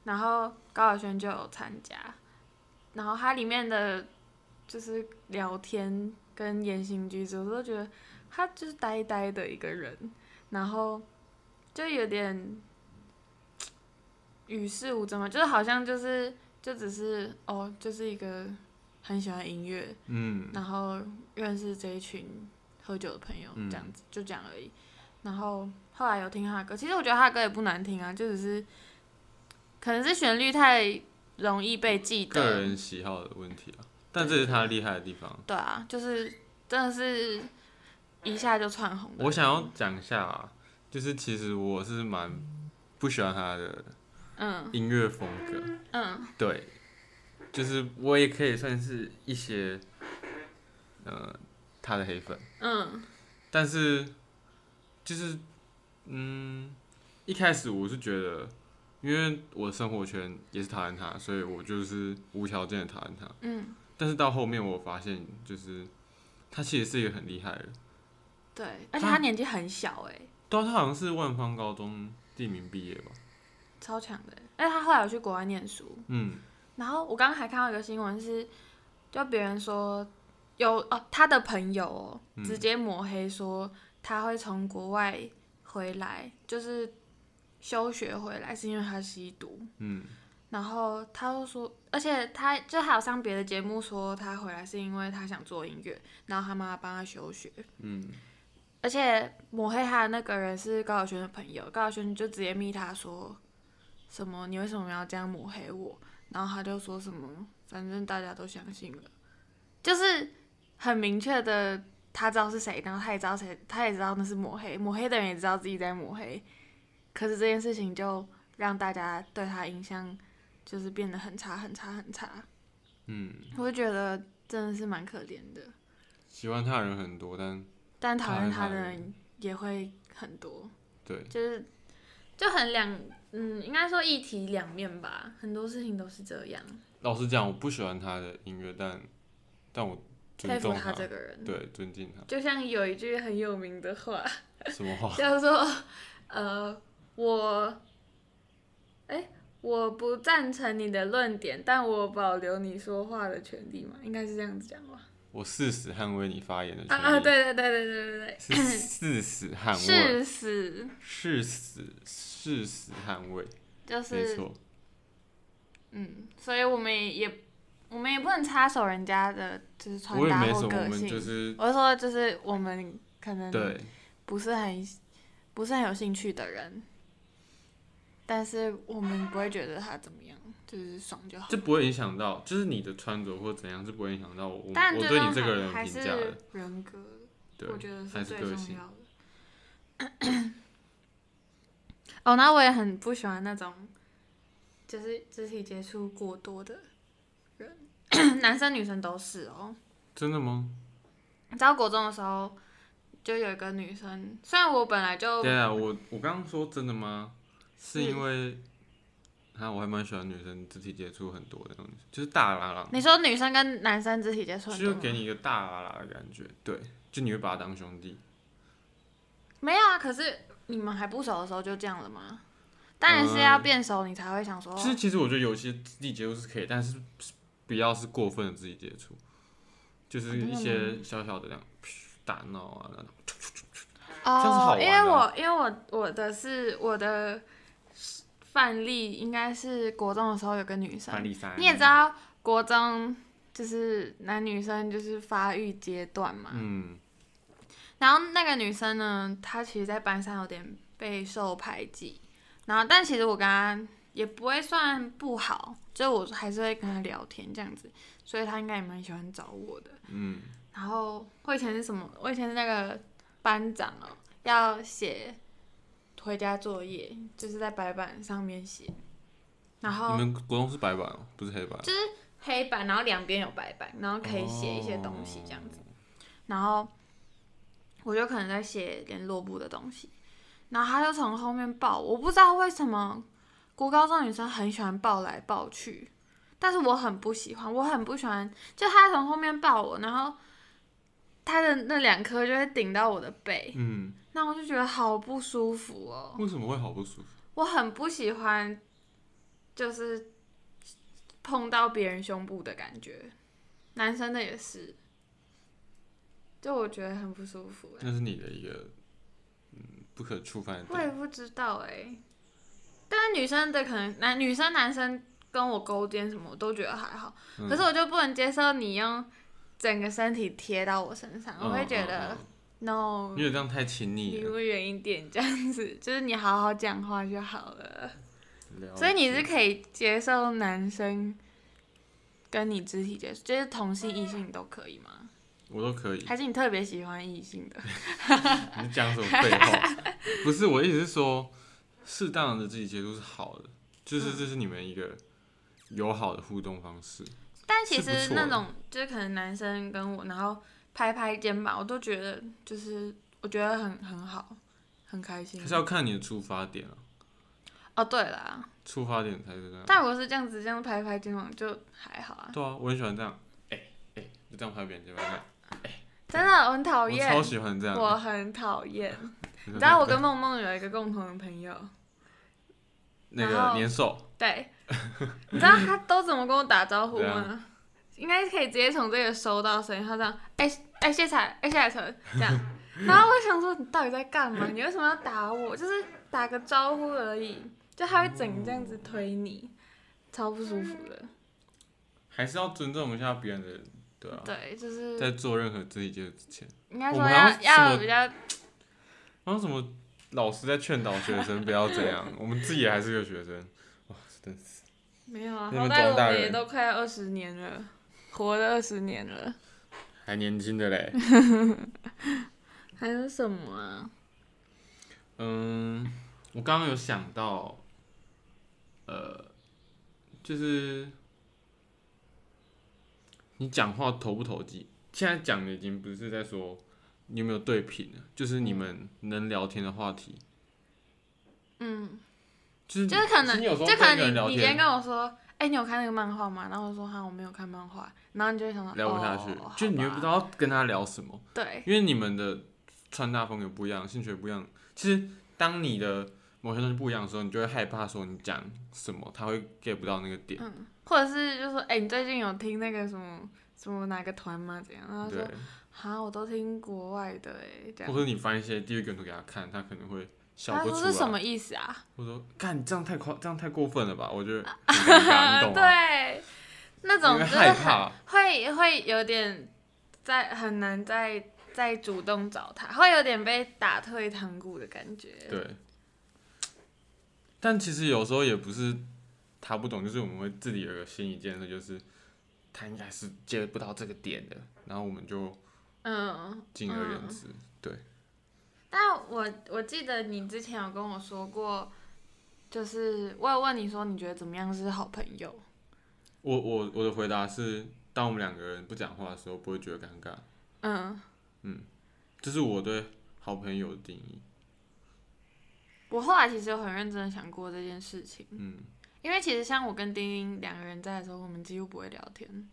[SPEAKER 2] 然后高晓轩就有参加，然后它里面的就是聊天跟言行举止，我都觉得他就是呆呆的一个人，然后就有点与世无争嘛，就是好像就是就只是哦，就是一个很喜欢音乐，
[SPEAKER 1] 嗯，
[SPEAKER 2] 然后认识这一群喝酒的朋友，
[SPEAKER 1] 嗯
[SPEAKER 2] 这样子、就这样而已。然后后来有听他的歌，其实我觉得他的歌也不难听啊，就只是可能是旋律太容易被记
[SPEAKER 1] 个
[SPEAKER 2] 得，
[SPEAKER 1] 人喜好的问题啊，但这是他厉害的地方。
[SPEAKER 2] 对啊，就是真的是一下就窜红的人。
[SPEAKER 1] 我想要讲一下啊，就是其实我是蛮不喜欢他的
[SPEAKER 2] 嗯
[SPEAKER 1] 音乐风格，
[SPEAKER 2] 嗯
[SPEAKER 1] 对，就是我也可以算是一些，呃，他的黑粉，
[SPEAKER 2] 嗯
[SPEAKER 1] 但是就是嗯，一开始我是觉得，因为我的生活圈也是讨厌他，所以我就是无条件的讨厌他。
[SPEAKER 2] 嗯，
[SPEAKER 1] 但是到后面我发现，就是他其实是一个很厉害的人，
[SPEAKER 2] 对，而且他年纪很小哎、
[SPEAKER 1] 对啊、他好像是万方高中地名毕业吧，
[SPEAKER 2] 超强的欸。而且他后来有去国外念书，
[SPEAKER 1] 嗯，
[SPEAKER 2] 然后我刚刚还看到一个新闻是，就别人说有哦，他的朋友哦，
[SPEAKER 1] 嗯
[SPEAKER 2] 直接抹黑说他会从国外回来，就是休学回来是因为他吸毒。
[SPEAKER 1] 嗯，
[SPEAKER 2] 然后他又说，而且他就还有上别的节目说他回来是因为他想做音乐，然后他妈妈帮他休学。
[SPEAKER 1] 嗯，
[SPEAKER 2] 而且抹黑他的那个人是高晓轩的朋友，高晓轩就直接密他说什么你为什么要这样抹黑我？然后他就说什么反正大家都相信了，就是很明确的他知道是谁，然后他也知道谁，他也知道那是抹黑，抹黑的人也知道自己在抹黑，可是这件事情就让大家对他印象就是变得很差很差很差，
[SPEAKER 1] 嗯，
[SPEAKER 2] 我就觉得真的是蛮可怜的，
[SPEAKER 1] 喜欢他的人很多，但
[SPEAKER 2] 但讨厌他的
[SPEAKER 1] 讨厌他的
[SPEAKER 2] 人也会很多。
[SPEAKER 1] 对，
[SPEAKER 2] 就是就很两，嗯，应该说一体两面吧，很多事情都是这样。
[SPEAKER 1] 老实讲，我不喜欢他的音乐，但但我
[SPEAKER 2] 佩
[SPEAKER 1] 尊
[SPEAKER 2] 服
[SPEAKER 1] 重
[SPEAKER 2] 他这个人，
[SPEAKER 1] 对，尊敬他。
[SPEAKER 2] 就像有一句很有名的
[SPEAKER 1] [laughs]
[SPEAKER 2] 话，
[SPEAKER 1] 什么话？
[SPEAKER 2] 叫做呃，我，哎、我不赞成你的论点，但我保留你说话的权利嘛，应该是这样子讲吧？
[SPEAKER 1] 我誓死捍卫你发言的权
[SPEAKER 2] 啊
[SPEAKER 1] 利。
[SPEAKER 2] 啊，，对对对对对对
[SPEAKER 1] 是誓死捍
[SPEAKER 2] 对，
[SPEAKER 1] 卫，
[SPEAKER 2] 誓死
[SPEAKER 1] 誓死誓死捍卫，
[SPEAKER 2] 就
[SPEAKER 1] 没
[SPEAKER 2] 是
[SPEAKER 1] 错。
[SPEAKER 2] 嗯，所以我们也也我们也不能插手人家的，就是穿
[SPEAKER 1] 我也
[SPEAKER 2] 搭
[SPEAKER 1] 没
[SPEAKER 2] 或
[SPEAKER 1] 什么，我
[SPEAKER 2] 个
[SPEAKER 1] 们
[SPEAKER 2] 性。嗯
[SPEAKER 1] 就是
[SPEAKER 2] 我是说，就是我们可能
[SPEAKER 1] 对，
[SPEAKER 2] 不是很不是很有兴趣的人，但是我们不会觉得他怎么样，就是爽就好。
[SPEAKER 1] 这不会影响到，就是你的穿着或怎样，是不会影响到我我
[SPEAKER 2] 但
[SPEAKER 1] 我
[SPEAKER 2] 就
[SPEAKER 1] 对
[SPEAKER 2] 是
[SPEAKER 1] 你这个
[SPEAKER 2] 还
[SPEAKER 1] 人的
[SPEAKER 2] 还
[SPEAKER 1] 评
[SPEAKER 2] 是
[SPEAKER 1] 价的。
[SPEAKER 2] 人格，
[SPEAKER 1] 对
[SPEAKER 2] 我，觉得
[SPEAKER 1] 还是
[SPEAKER 2] 最
[SPEAKER 1] 个
[SPEAKER 2] 重
[SPEAKER 1] 性
[SPEAKER 2] 要的。 [coughs] 哦，那我也很不喜欢那种就是肢体接触过多的人， [coughs] 男生女生都是哦。
[SPEAKER 1] 真的吗？
[SPEAKER 2] 你知道国中的时候，就有一个女生，虽然我本来就
[SPEAKER 1] 对啊，我我刚刚说真的吗？是
[SPEAKER 2] 哦是
[SPEAKER 1] 因为啊，我还蛮喜欢女生肢体接触很多的那种女生，就是大拉拉，
[SPEAKER 2] 你说女生跟男生肢体接触很
[SPEAKER 1] 就
[SPEAKER 2] 多
[SPEAKER 1] 是给
[SPEAKER 2] 吗，
[SPEAKER 1] 你一个大拉拉的感觉。对，就你会把他当兄弟。
[SPEAKER 2] 没有啊？可是你们还不熟的时候就这样了吗？当然是要变熟，你才会想说，
[SPEAKER 1] 就是其实我觉得有些肢体接触是可以，但是不要是过分的肢体接触，
[SPEAKER 2] 哦
[SPEAKER 1] 就是一些小小的那样打闹啊那种。这样是好
[SPEAKER 2] 哦
[SPEAKER 1] 玩，的啊
[SPEAKER 2] 因为我因为我我的是我的范例应该是国中的时候有个女生，
[SPEAKER 1] 例三
[SPEAKER 2] 啊你也知，道国中就是男女生就是发育阶段嘛，
[SPEAKER 1] 嗯
[SPEAKER 2] 然后那个女生呢，她其实，在班上有点备受排挤。然后，但其实我跟她也不会算不好，就我还是会跟她聊天这样子，所以她应该也蛮喜欢找我的。
[SPEAKER 1] 嗯，
[SPEAKER 2] 然后，我以前是什么？我以前是那个班长哦，要写回家作业，就是在白板上面写，然后
[SPEAKER 1] 你们国中是白板哦，不是黑板，
[SPEAKER 2] 黑板，然后两边有白板，然后可以写一些东西这样子。
[SPEAKER 1] 哦
[SPEAKER 2] 然后我就可能在写联络部的东西，然后他就从后面抱我，我不知道为什么国高中女生很喜欢抱来抱去，但是我很不喜欢，我很不喜欢，就他从后面抱我，然后他的那两颗就会顶到我的背，
[SPEAKER 1] 嗯，
[SPEAKER 2] 那我就觉得好不舒服哦。
[SPEAKER 1] 为什么会好不舒服？
[SPEAKER 2] 我很不喜欢，就是碰到别人胸部的感觉，男生的也是，就我觉得很不舒服、欸。
[SPEAKER 1] 那是你的一个嗯不可触犯的
[SPEAKER 2] 我也
[SPEAKER 1] 点，
[SPEAKER 2] 不知道哎、但是女生的可能男女生男生跟我勾肩什么，我都觉得还好，
[SPEAKER 1] 嗯
[SPEAKER 2] 可是我就不能接受你用整个身体贴到我身上，我会觉得、
[SPEAKER 1] 嗯嗯嗯
[SPEAKER 2] no，
[SPEAKER 1] 因为这样太亲
[SPEAKER 2] 离
[SPEAKER 1] 昵了。
[SPEAKER 2] 我远一点这样子，就是你好好讲话就好了。
[SPEAKER 1] 了
[SPEAKER 2] 所以你是
[SPEAKER 1] 解
[SPEAKER 2] 可以接受男生跟你肢体接触，就是同性异性都可以吗？
[SPEAKER 1] 我都可以。
[SPEAKER 2] 还是你特别喜欢异
[SPEAKER 1] 嗯
[SPEAKER 2] 性的？
[SPEAKER 1] 你讲什么废话？ [laughs] 不是，我意思是说，适当的肢体接触是好的，就是这是你们一个友好的互动方式。
[SPEAKER 2] 但其
[SPEAKER 1] 是不
[SPEAKER 2] 实
[SPEAKER 1] 错啊
[SPEAKER 2] 那
[SPEAKER 1] 的
[SPEAKER 2] 种就是可能男生跟我，然后拍拍肩膀，我都觉得就是我觉得很很好，很开心
[SPEAKER 1] 还。是要嗯看你的出发点啊，
[SPEAKER 2] 哦，对啦，
[SPEAKER 1] 出发点才是这样。
[SPEAKER 2] 但我是这样子这样拍拍肩膀就还好啊，
[SPEAKER 1] 对啊，我很喜欢这样，哎、哎、就这样拍别人肩膀，这样
[SPEAKER 2] 真的我很讨
[SPEAKER 1] 我
[SPEAKER 2] 厌，
[SPEAKER 1] 超喜欢这样。
[SPEAKER 2] 我很讨厌。
[SPEAKER 1] [laughs] 你
[SPEAKER 2] 你知道我跟梦梦有一个共同的朋友，
[SPEAKER 1] 那
[SPEAKER 2] 然
[SPEAKER 1] 个
[SPEAKER 2] 后
[SPEAKER 1] 年兽，
[SPEAKER 2] 对，你知道他都怎么跟我打招呼
[SPEAKER 1] 对啊
[SPEAKER 2] 吗？应该可以直接从这个收到声音，他这样，哎、哎、谢彩，哎、谢彩成
[SPEAKER 1] [laughs]
[SPEAKER 2] 这样。然后我想说，你到底在干嘛？你为什么要打我？就是打个招呼而已，就他会整这样子推你，超不舒服的。
[SPEAKER 1] 还是要尊重一下别人的，对啊，
[SPEAKER 2] 对，就是
[SPEAKER 1] 在做任何肢体接触之前。
[SPEAKER 2] 应该
[SPEAKER 1] 我
[SPEAKER 2] 说
[SPEAKER 1] 们
[SPEAKER 2] 要
[SPEAKER 1] 要什
[SPEAKER 2] 要
[SPEAKER 1] 么
[SPEAKER 2] 比较
[SPEAKER 1] 然后什么老师在劝导学生不要这样，我们自己也还是个学生，哇，真的是
[SPEAKER 2] 没有啊，
[SPEAKER 1] 你
[SPEAKER 2] 好
[SPEAKER 1] 们
[SPEAKER 2] 歹
[SPEAKER 1] 装
[SPEAKER 2] 我
[SPEAKER 1] 大
[SPEAKER 2] 们也
[SPEAKER 1] 人
[SPEAKER 2] 都快要二十年了，活了二十年了。
[SPEAKER 1] 还年轻的嘞。
[SPEAKER 2] 还有什么啊？
[SPEAKER 1] 嗯，我刚刚有想到，呃，就是你讲话投不投机？现在讲的已经不是在说你有没有对频了，就是你们能聊天的话题，
[SPEAKER 2] 嗯。
[SPEAKER 1] 就是
[SPEAKER 2] 就是可能，
[SPEAKER 1] 你有时候
[SPEAKER 2] 就
[SPEAKER 1] 跟
[SPEAKER 2] 可
[SPEAKER 1] 一个人
[SPEAKER 2] 能
[SPEAKER 1] 聊
[SPEAKER 2] 你你今天
[SPEAKER 1] 天
[SPEAKER 2] 跟我说，哎、你有看那个漫画吗？然后我说哈，我没有看漫画，然后你就会想说
[SPEAKER 1] 聊不下去，
[SPEAKER 2] 哦、
[SPEAKER 1] 就你又
[SPEAKER 2] 又
[SPEAKER 1] 不知道跟他聊什么。
[SPEAKER 2] 对，
[SPEAKER 1] 因为你们的穿搭风格不一样，兴趣也不一样。其实当你的某些东西不一样的时候，你就会害怕说你讲什么他会 get 不到那个点。
[SPEAKER 2] 嗯，或者是就说，哎、你最近有听那个什么什么哪个团吗？怎样？然后他说
[SPEAKER 1] 对，
[SPEAKER 2] 哈，我都听国外的哎，这样。
[SPEAKER 1] 或者你翻一些地狱梗图给他看，他可能会笑
[SPEAKER 2] 他
[SPEAKER 1] 不
[SPEAKER 2] 说
[SPEAKER 1] 出
[SPEAKER 2] 是什
[SPEAKER 1] 来。
[SPEAKER 2] 么意思
[SPEAKER 1] [laughs]
[SPEAKER 2] 啊？
[SPEAKER 1] 我说，看你这样太夸，这样太过分了吧？我觉得很尴尬，你懂吗？
[SPEAKER 2] [laughs] 对，那
[SPEAKER 1] 啊因
[SPEAKER 2] 种
[SPEAKER 1] 为
[SPEAKER 2] 就是
[SPEAKER 1] 害
[SPEAKER 2] 很
[SPEAKER 1] 怕，
[SPEAKER 2] 会会有点在很难再再主动找他，会有点被打退堂鼓的感觉。
[SPEAKER 1] 对。但其实有时候也不是他不懂，就是我们会自己有个心理建设，就是他应该是接不到这个点的，然后我们就
[SPEAKER 2] 嗯，
[SPEAKER 1] 敬而远
[SPEAKER 2] 嗯
[SPEAKER 1] 之。
[SPEAKER 2] 但我我记得你之前有跟我说过，就是我有问你说你觉得怎么样是好朋友？
[SPEAKER 1] 我我我的回答是，当我们两个人不讲话的时候，不会觉得尴尬，
[SPEAKER 2] 嗯，
[SPEAKER 1] 这是我对好朋友的定义。
[SPEAKER 2] 我后来其实有很认真的想过这件事情，
[SPEAKER 1] 嗯，
[SPEAKER 2] 因为其实像我跟丁丁两个人在的时候，我们几乎不会聊天，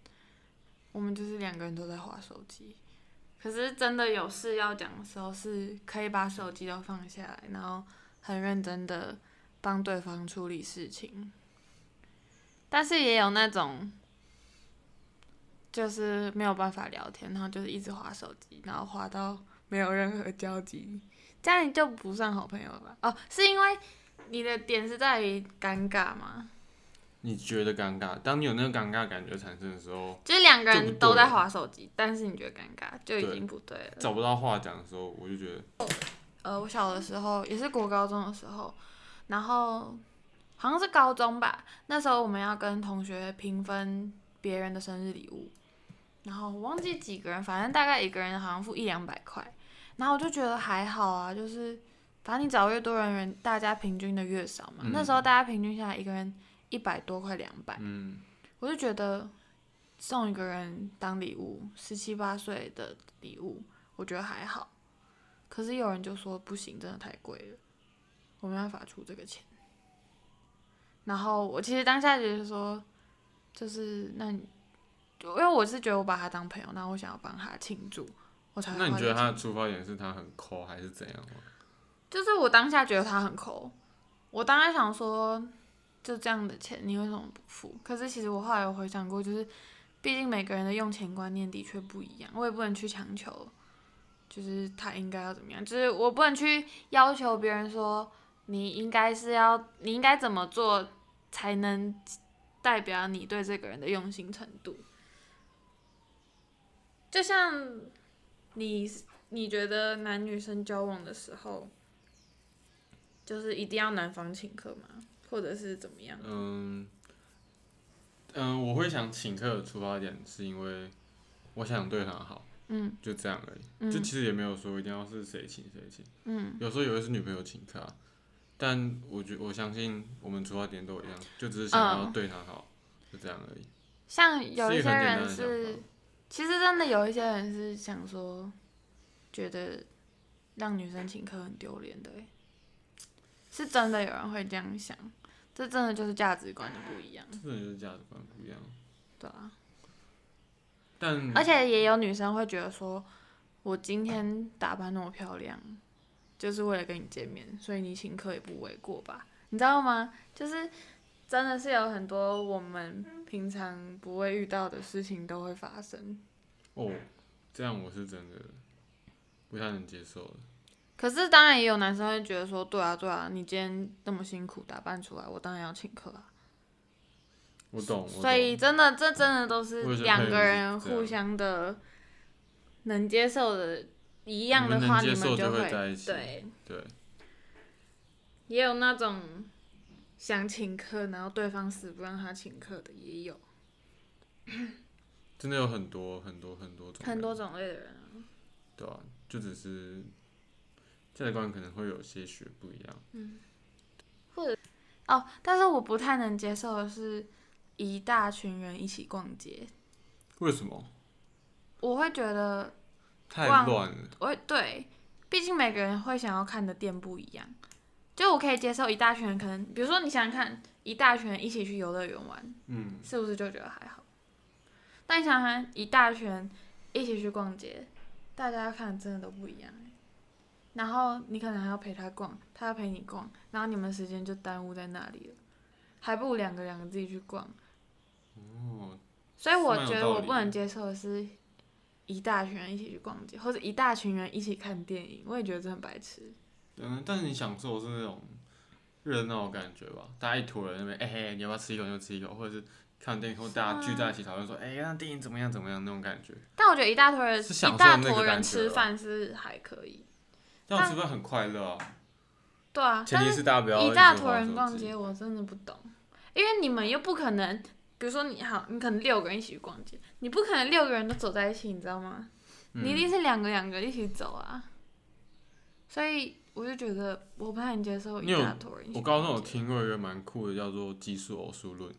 [SPEAKER 2] 我们就是两个人都在划手机。可是真的有事要讲的时候，是可以把手机都放下来，然后很认真的帮对方处理事情。但是也有那种，就是没有办法聊天，然后就是一直划手机，然后划到没有任何交集，这样你就不算好朋友了吧？哦，是因为你的点是在于尴尬吗？
[SPEAKER 1] 你觉得尴尬？当你有那个尴尬感觉产生的时候，
[SPEAKER 2] 就是两个
[SPEAKER 1] 就不
[SPEAKER 2] 人
[SPEAKER 1] 对
[SPEAKER 2] 都在划手机，但是你觉得尴尬，就已
[SPEAKER 1] 对
[SPEAKER 2] 经不对了。
[SPEAKER 1] 找不到话讲的时候，我就觉得
[SPEAKER 2] 呃，我小的时候也是国高中的时候，然后好像是高中吧，那时候我们要跟同学平分别人的生日礼物，然后我忘记几个人，反正大概一个人好像付一两百块，然后我就觉得还好啊，就是反正你找越多人人，大家平均的越少嘛。
[SPEAKER 1] 嗯
[SPEAKER 2] 那时候大家平均下来一个人一百多块两百，
[SPEAKER 1] 嗯，
[SPEAKER 2] 我就觉得送一个人当礼物，十七八岁的礼物，我觉得还好。可是有人就说不行，真的太贵了，我没办法出这个钱。然后我其实当下觉得说，就是那你，就因为我是觉得我把他当朋友，那我想要帮他庆祝，我才会
[SPEAKER 1] 那你
[SPEAKER 2] 花
[SPEAKER 1] 觉
[SPEAKER 2] 这
[SPEAKER 1] 得
[SPEAKER 2] 个
[SPEAKER 1] 他
[SPEAKER 2] 钱
[SPEAKER 1] 的出发点是他很抠还是怎样吗？
[SPEAKER 2] 就是我当下觉得他很抠，我当下想说，就这样的钱你为什么不付？可是其实我后来有回想过，就是毕竟每个人的用钱观念的确不一样，我也不能去强求，就是他应该要怎么样，就是我不能去要求别人说你应该是要你应该怎么做才能代表你对这个人的用心程度。就像你你觉得男女生交往的时候，就是一定要男方请客吗？或者是怎么样？
[SPEAKER 1] 嗯嗯，我会想请客的出发点是因为我想对他好，
[SPEAKER 2] 嗯
[SPEAKER 1] 就这样而已。就
[SPEAKER 2] 嗯
[SPEAKER 1] 其实也没有说一定要是谁请谁请，
[SPEAKER 2] 嗯，
[SPEAKER 1] 有时候也会是女朋友请客、啊，但我觉我相信我们出发点都一样，就只是想要
[SPEAKER 2] 嗯
[SPEAKER 1] 对她好，就这样而已。
[SPEAKER 2] 像有
[SPEAKER 1] 是
[SPEAKER 2] 一
[SPEAKER 1] 一
[SPEAKER 2] 些
[SPEAKER 1] 个很简单
[SPEAKER 2] 人
[SPEAKER 1] 的想
[SPEAKER 2] 是
[SPEAKER 1] 法，
[SPEAKER 2] 其实真的有一些人是想说，觉得让女生请客很丢脸的欸，是真的有人会这样想，这真的就是价值观的不一样，
[SPEAKER 1] 这真的就是价值观不一样。
[SPEAKER 2] 对啊。
[SPEAKER 1] 但
[SPEAKER 2] 而且也有女生会觉得说，我今天打扮那么漂亮，就是为了跟你见面，所以你请客也不为过吧？你知道吗？就是真的是有很多我们平常不会遇到的事情都会发生。
[SPEAKER 1] 哦，这样我是真的不太能接受了。
[SPEAKER 2] 可是当然也有男生会觉得说，对啊对啊，你今天那么辛苦打扮出来，我当然要请客啊。
[SPEAKER 1] 我懂，我懂
[SPEAKER 2] 所以真的，这真的都是
[SPEAKER 1] 我也觉得
[SPEAKER 2] 两个
[SPEAKER 1] 可
[SPEAKER 2] 人
[SPEAKER 1] 以是这样
[SPEAKER 2] 互相的能接受的一样
[SPEAKER 1] 你
[SPEAKER 2] 的
[SPEAKER 1] 们能
[SPEAKER 2] 话，你
[SPEAKER 1] 接
[SPEAKER 2] 们
[SPEAKER 1] 受就
[SPEAKER 2] 会
[SPEAKER 1] 会在一起
[SPEAKER 2] 对。
[SPEAKER 1] 对，
[SPEAKER 2] 也有那种想请客，然后对方死不让他请客的，也有
[SPEAKER 1] 真的有很多很多很多种
[SPEAKER 2] 很多
[SPEAKER 1] 人，
[SPEAKER 2] 种类的人啊。
[SPEAKER 1] 对啊，就只是价值观可能会有些许不一样。
[SPEAKER 2] 哦，但是我不太能接受的是，一大群人一起逛街，
[SPEAKER 1] 为什么？
[SPEAKER 2] 我会觉得，
[SPEAKER 1] 太
[SPEAKER 2] 忘
[SPEAKER 1] 乱了，
[SPEAKER 2] 我会对，毕竟每个人会想要看的店不一样。就我可以接受一大群人，可能比如说你想想看，一大群人一起去游乐园玩，
[SPEAKER 1] 嗯，
[SPEAKER 2] 是不是就觉得还好？但你想想看，一大群人一起去逛街，大家看的真的都不一样欸、然后你可能还要陪他逛，他要陪你逛，然后你们时间就耽误在那里了，还不如两个两个自己去逛。
[SPEAKER 1] 哦，
[SPEAKER 2] 所以我
[SPEAKER 1] 蛮有
[SPEAKER 2] 觉得
[SPEAKER 1] 道
[SPEAKER 2] 我
[SPEAKER 1] 理
[SPEAKER 2] 不
[SPEAKER 1] 的
[SPEAKER 2] 能接受的是，一大群人一起去逛街，或者一大群人一起看电影，我也觉得这很白痴。
[SPEAKER 1] 嗯，但是你享受的是那种热闹的感觉吧？大家一坨人在那边，哎、嘿，你要不要吃一口你就吃一口，或者是看电影后大家聚在一起讨
[SPEAKER 2] 嗯
[SPEAKER 1] 论说，哎、那电影怎么样怎么样那种感觉。
[SPEAKER 2] 但我觉得一大坨人
[SPEAKER 1] 是享
[SPEAKER 2] 一
[SPEAKER 1] 受
[SPEAKER 2] 大
[SPEAKER 1] 那个
[SPEAKER 2] 坨人
[SPEAKER 1] 感觉
[SPEAKER 2] 吃
[SPEAKER 1] 吧
[SPEAKER 2] 饭是还可以，
[SPEAKER 1] 这样是不是很快乐啊？
[SPEAKER 2] 对啊，
[SPEAKER 1] 前
[SPEAKER 2] 但
[SPEAKER 1] 提
[SPEAKER 2] 是
[SPEAKER 1] 是大家不要
[SPEAKER 2] 一
[SPEAKER 1] 直
[SPEAKER 2] 大
[SPEAKER 1] 划
[SPEAKER 2] 坨人
[SPEAKER 1] 手
[SPEAKER 2] 逛
[SPEAKER 1] 机
[SPEAKER 2] 街，我真的不懂，因为你们又不可能，比如说你好，你可能六个人一起去逛街，你不可能六个人都走在一起，你知道吗？
[SPEAKER 1] 嗯
[SPEAKER 2] 你一定是两个两个一起走啊。所以我就觉得我不太能接受
[SPEAKER 1] 你
[SPEAKER 2] 一
[SPEAKER 1] 有
[SPEAKER 2] 大坨人一起
[SPEAKER 1] 我
[SPEAKER 2] 去
[SPEAKER 1] 高中有
[SPEAKER 2] 逛街
[SPEAKER 1] 听过一个蛮酷的，叫做技术偶数论，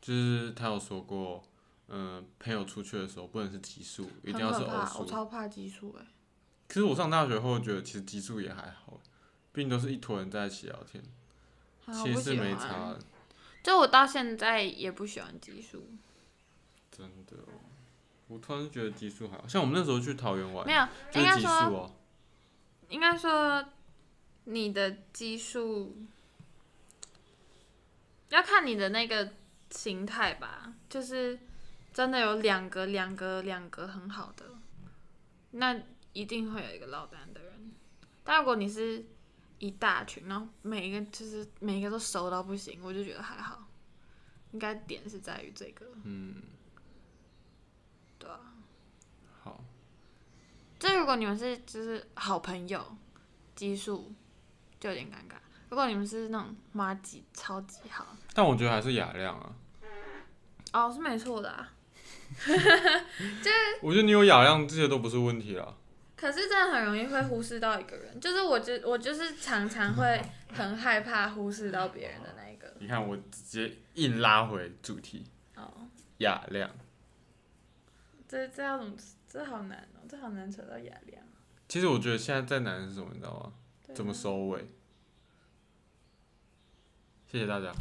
[SPEAKER 1] 就是他有说过，嗯、朋友出去的时候不能是奇数，一定
[SPEAKER 2] 很
[SPEAKER 1] 要
[SPEAKER 2] 可
[SPEAKER 1] 是偶
[SPEAKER 2] 怕，我
[SPEAKER 1] 数。
[SPEAKER 2] 超怕奇数哎。
[SPEAKER 1] 可是我上大学后觉得，其实奇数也还好，毕竟都是一坨人在一起聊天，
[SPEAKER 2] 啊我
[SPEAKER 1] 其
[SPEAKER 2] 不
[SPEAKER 1] 实是
[SPEAKER 2] 喜
[SPEAKER 1] 没
[SPEAKER 2] 欢。
[SPEAKER 1] 差的，
[SPEAKER 2] 就我到现在也不喜欢奇数，
[SPEAKER 1] 真的哦。我突然觉得奇数还好，像我们那时候去桃园玩
[SPEAKER 2] 没，有，
[SPEAKER 1] 就
[SPEAKER 2] 应
[SPEAKER 1] 是
[SPEAKER 2] 该
[SPEAKER 1] 奇数
[SPEAKER 2] 说
[SPEAKER 1] 啊，
[SPEAKER 2] 应该说，你的基数要看你的那个形态吧，就是真的有两个、两个、两个很好的，那一定会有一个落单的人。但如果你是一大群，然后每一个就是每一个都熟到不行，我就觉得还好。应该点是在于这个，
[SPEAKER 1] 嗯，
[SPEAKER 2] 对啊。
[SPEAKER 1] 好，
[SPEAKER 2] 这如果你们是就是好朋友，基数就有点尴尬。如果你们是那种妈级超级好，
[SPEAKER 1] 但我觉得还是雅量啊，
[SPEAKER 2] 哦是没错的、啊，
[SPEAKER 1] 我觉得你有雅量，这些都不是问题啦。
[SPEAKER 2] 可是真的很容易会忽视到一个人。就是我就我就是常常会很害怕忽视到别人的那一个。
[SPEAKER 1] 你看，我直接硬拉回主题，
[SPEAKER 2] 哦，
[SPEAKER 1] 雅量。
[SPEAKER 2] 这这要怎么？这好难哦，这好难扯到雅量。
[SPEAKER 1] 其实我觉得现在在难的是什么，你知道吗？
[SPEAKER 2] 对啊
[SPEAKER 1] 怎么？收尾？谢谢大家。